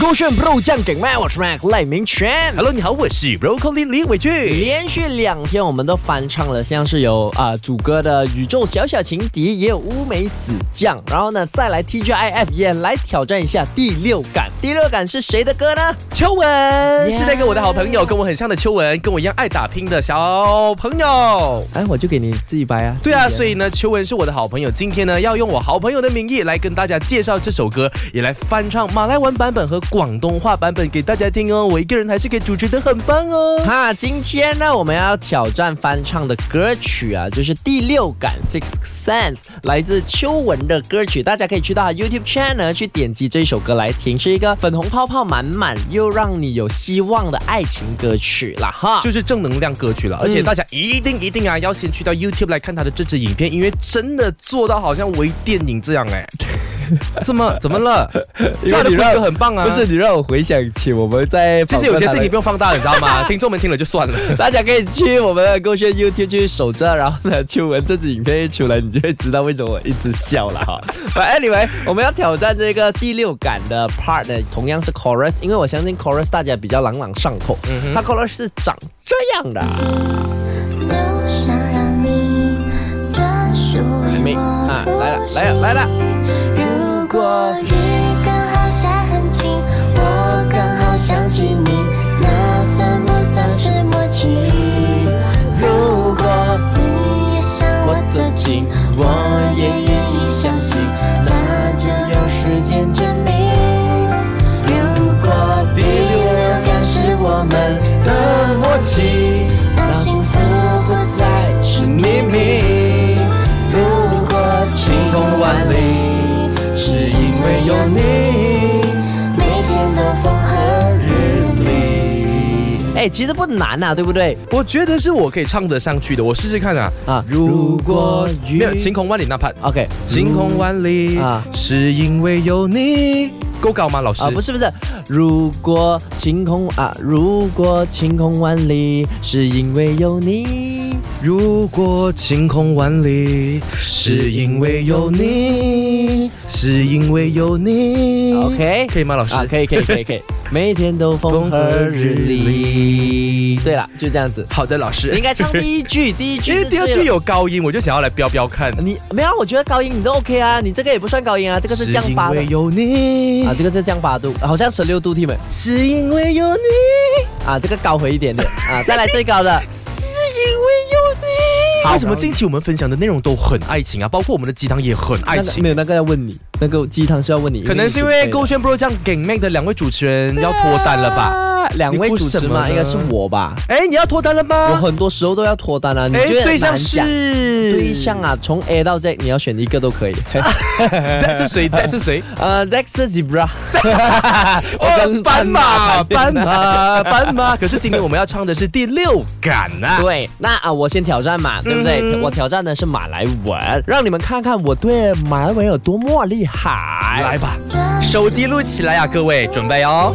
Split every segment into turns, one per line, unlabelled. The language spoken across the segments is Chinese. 勾选 Pro 酱给麦，我是 Mac 赖明全。
Hello，你好，我是 Broccoli 李伟俊。
连续两天我们都翻唱了，像是有啊、呃、祖哥的《宇宙小小情敌》，也有乌梅子酱，然后呢再来 TGIF 也来挑战一下第六感。第六感是谁的歌呢？
秋文
Yeah
是那个我的好朋友，跟我很像的秋文，跟我一样爱打拼的小朋友。
哎，我就给你自己掰啊。
对啊，
自己
所以呢，秋文是我的好朋友，今天呢要用我好朋友的名义来跟大家介绍这首歌，也来翻唱马来文版本和广东话版本给大家听哦。我一个人还是可以主持的很棒哦。
那今天呢，我们要挑战翻唱的歌曲啊，就是第六感 （Six Sense），来自秋文的歌曲，大家可以去到他 YouTube channel 去点击这首歌来听，是一个粉红泡泡满满又让你有希望的爱情歌曲啦哈。
就是正能量歌曲了，而且
嗯
大家一定一定啊，要先去到 YouTube 来看他的这支影片，因为真的做到好像微电影这样哎、怎么怎么 了？
因为
他的
你
风
让
格很棒啊，
不是你让我回想起我们在
其
访
实
问他
有
的，
些事情不用放大，你知道 吗？听众们听了就算了。
大家可以去我们的勾选 YouTube 去守着，然后呢，秋文这支影片一出来，你就会知道为什么我一直笑了 哈。
反正 anyway，我们要挑战这个第六感的 part 呢，同样是 chorus，因为我相信 chorus 大家比较朗朗上口，
嗯
它 chorus 是长这样的啊。
都想让你专属于
没
我
啊
呼
来了
吸
来了来了
如果雨刚好下很轻，我刚好想起你，那算不算是默契？如果你也像我走近，我也愿意相信，那就由时间证明。如果第六感是我们的默契，那幸福不再是秘密。如果晴空万里，是因为有你，每天都风和日丽。
哎，其实不难呐、对不对？
我觉得是我可以唱得上去的，我试试看啊。
啊
如果
如
没有晴空万里那盘，
OK，
晴空万里
啊
是因为有你，够高吗，老师
啊，？不是不是，如果晴空啊，如果晴空万里，是因为有你。
如果晴空万里，是因为有你，是因为有你。
OK，
嗯可以吗，老师？
啊，可以可以可以 可以，每天都风和日丽。对了，就这样子。
好的，老师。
你应该唱第一 句，第一句
因为
是
第二
最
句有高音，我就想要来飙飙看。
你没有啊，我觉得高音你都 OK 啊，你这个也不算高音啊，这个是降八
因
的
为有你
啊，，这个是降八度，好像十六 度 T 们
是因为有你。
啊，这个高回一点点啊，再来最高的。
是因为有你。
好
为什么近期我们分享的内容都很爱情啊？包括我们的鸡汤也很爱
那个
情。
没有那个要问你，那个鸡汤是要问你，
可能是因为
勾
勾选 Bro 酱 Gang Mac 的两位主持人要脱单了吧？
两位
你哭
主持
什么
嘛，
呢
应该是我吧。
哎，你要脱单了
我
吗？
很多时候都要脱单啊，你
哎，
觉得
对象
难讲
是
对 象，啊，从 A 到 Z，你要选一个都可以。
这 是谁？这是谁？
呃，Z 是 Zebra，
哦，斑马，斑
斑马。
马， 斑马。可是今天我们要唱的是第六感啊。
对，那啊，我先挑战嘛，对不对？我挑战的是马来文，让你们看看我对马来文有多么厉害。
来吧，手机录起来呀、啊，各位，准备哦。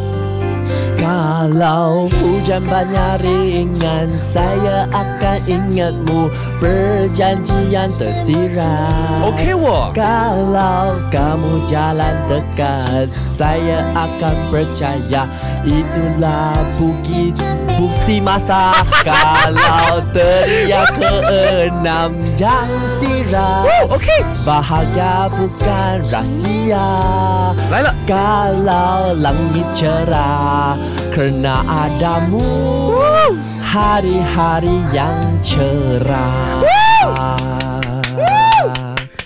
Kalau hujan banyak ringan Saya akan ingatmu Perjanjian tersirat
OK，我
Kalau kamu jalan dekat Saya akan percaya Itulah bukti bukti masa Kalau teriak keenam yang siram
，OK，
Bahagia bukan rahsia
来了。
Kalau langit cerah Kerana adamu Hari-hari yang cerah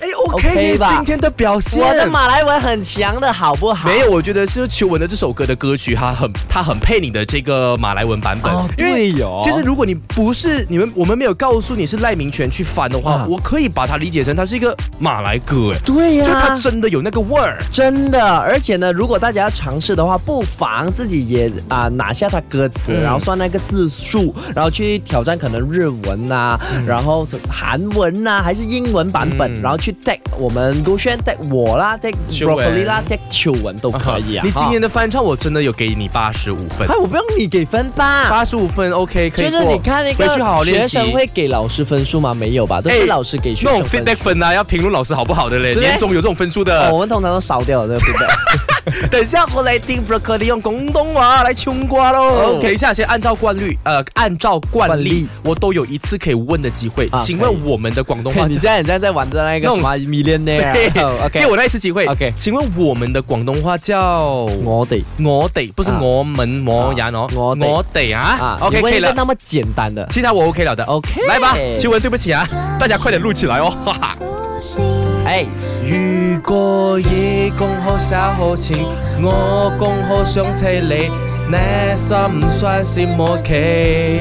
哎，OK，
OK 吧
今天的表现。
我的马来文很强的好不好？
没有，我觉得是邱文的这首歌的歌曲，它很它很配你的这个马来文版本。
哦
因为
对哦
其实如果你不是你们，我们没有告诉你是赖明权去翻的话，
啊
我可以把它理解成它是一个马来歌，哎、
对
就
呀、
它真的有那个味儿。
真的，而且呢，如果大家要尝试的话，不妨自己也啊、拿下它歌词，
嗯
然后算那个字数，然后去啊
嗯
挑战可能日文呐、然后韩文呐、还是英文版本，然后去 tag 我们勾选 tag 我啦，tag
秋文
broccoli 啦，tag 秋文都可以啊。
Uh-huh 你今
哈
年的翻唱我真的有给你八十五分
哎，，我不用你给分吧？
八十五分 OK 啊可
就
以过。
是你看那
回去好好
个
练
学
习。
生会给老师分数吗？没有吧，都
哎
是老师给学
那
生
种
分
feedback
数。
分啊，要评论老师好不好的嘞，
是咩
年终有这种分数
哦
的
我。们通常都少掉了这个 feedback。
等一下我来听 broccoli 用广东话来冲瓜喽。OK，下先按照惯例，呃，按照惯
惯
例
例，
我都有一次可以问的机会。
啊
请
可
问我们的广东话
你现在很像在玩的那个
那种
什么 millionaire
对
啊哦
给
？OK，
我那一次机会。
OK
请问我们的广东话叫
我得
我哋，不是
啊
我们我呀喏，
我哋
我哋啊
啊。
OK
你
可
问
以
一个
了，
那么简单的。
其他我 OK 了的。
OK
来吧，奇文，对不起啊，大家快点录起来哦，哈哈。
呼吸。
哎，
如果以共好耍好錢，我共好想砌你，你心酸是莫企。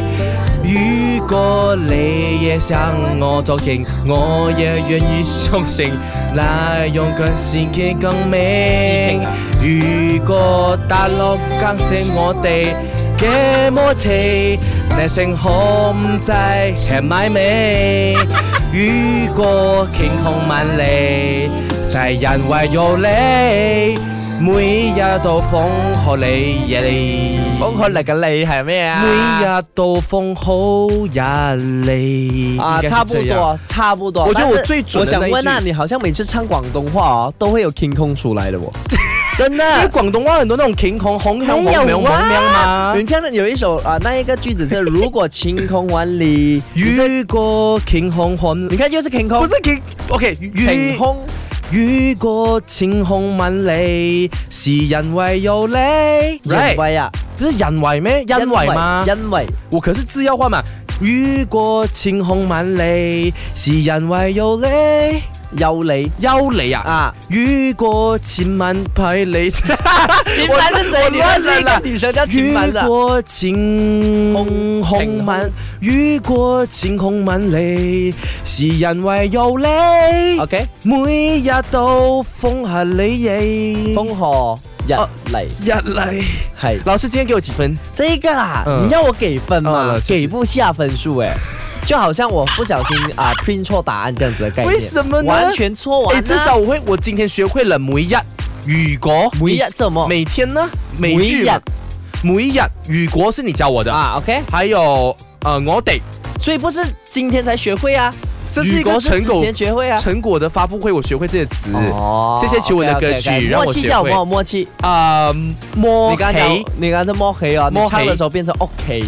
如果你也想我做情，我也願意相信，那樣嘅先見更美。如果大陸更勝我哋嘅默契，你成控制吃買味。如果晴空萬里，世人圍繞你，每日都風好你夜里。
包括那个你系咩啊？
每日都風好夜里
啊，差不。多，差不多。
我觉得我
但是
最
我
准的
想
那一
问啊，
句
你好像每次唱广东话哦，都会有 king 空出来的 哦，真的。
因为广东话很多那种晴空红香
没
红苗
有
红苗嘛
啊！。你像有一首啊，那一个句子是“如果晴空万里”，
如果晴空红，
你看又是晴空，
不是晴，OK，
晴
如
空，
如果晴空萬里，是人為有你
人
，right？
为啊，
不是人為咩？因為嗎？
因为
我可是字要換嘛。如果晴空萬里，是人為有你，
有你
有你啊！
啊。
如果千 萬派你，
秦凡是谁？
啊我
你认识一
乱
个
了
女生叫秦凡
如
的？
果晴空
晴
萬
空，
如果晴空萬里，是人為有你。
OK，
每日都風下你夜，
烽火日丽
日嚟。
系
老师今天给我几分？
这个啊，
嗯
你要我给分
啊
吗？
是是
给不下分数 哎。就好像我不小心啊 print 错答案这样子的概念，
为什么呢
完全错完
哎，
啊！
至少我会，我今天学会了每日。如果
每日怎么
每天呢？每
每
日
日
每日如果是你教我的啊，
啊？OK，
还有呃我得
所以不是今天才学会啊，
这是一
如
个
果是
成果
之前学会啊。
成果的发布会，我学会这些词。
哦
谢谢奇文的歌曲
OK，OK，OK 默契叫
让我学会
什么？默契。
啊，摸
你刚才
黑
你刚才摸 K 哦，
摸
你
黑
唱的时候变成 OK，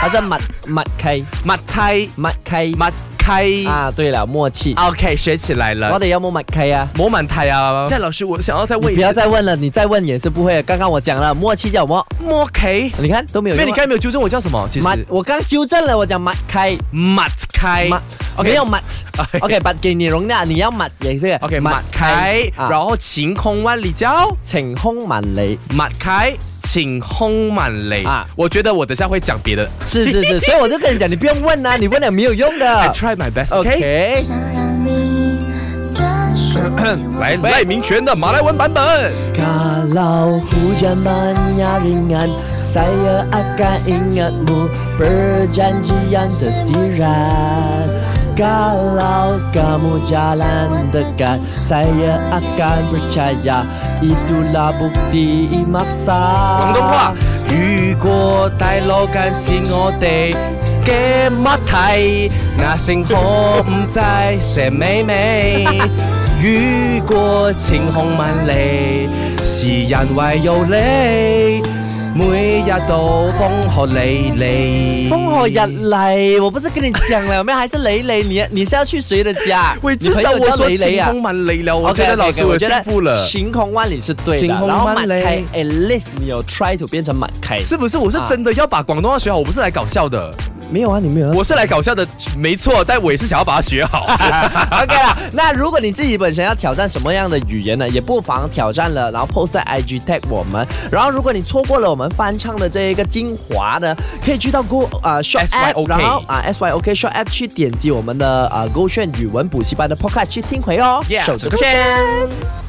还是默默 K
抹开
默 K
抹开
啊？对了，默契。
，OK 学起来了
我。哋有冇默 K 啊？
摸满胎啊！在老师，我想要再问
你
一
不要
下，
再问了，你再问也是不会的。刚刚我讲了，默契叫什么？
摸 K，
你看都没有
因
用
为
啊。
你刚才没有纠正我叫什么，其实
默，我刚纠正了，我讲默 K
抹开
默，
OK
没有默
OK。
OK，把给你容纳，你要默也是
哎 OK，
默
抹开，
啊
然后晴空万里叫
晴空万里。
抹开，晴空万里啊
啊！
我觉得我等下会讲别的
是是是，所以我就跟你讲，你不用问啊，你问了没有用
，I
的。
try my best，OK？
OK，
想让你专属
哎来赖明权的马来文版本，
Kalau hujaman
hujannya ringan,
saya
akan ingatmu,
perjanjian
tersirat.
Kalau kamu
jalan dekat,
saya
akan percaya. Itulah
bukti maksa.
广东话。如果大佬間是我哋嘅物體，那成可唔制蛇美美。如果晴空萬里，是人為有你，每日都風和你你。
风和日丽，我不是跟你讲了，有没有？还是雷雷，你你是要去谁的家？
喂，
你
至
朋
少
友
我
叫
说
雷雷
晴
啊
空。萬里了，我
OK，
觉得老师
OK，OK，
我
觉
进
得
步了。
晴空万里是对的，
晴空
然后
万
满
里
开，at least 你有 try to 变成满开，
是不是？我是
啊
真的要把广东话学好，我不是来搞笑的，
没有啊？你没有啊
我是来搞笑的，没错，但我也是想要把它学好。
OK 啦， 那如果你自己本身要挑战什么样的语言呢，也不妨挑战了，然后 post 在 IG tag 我们。然后如果你错过了我们翻唱的这一个精华呢，可以去到 Go 啊、Shop
SYOK
App，然后啊、SYOK Shop App 呃去点击我们的啊、Go 炫语文补习班的 podcast 去听回哦。
Yeah，
手指
手勾
勾选。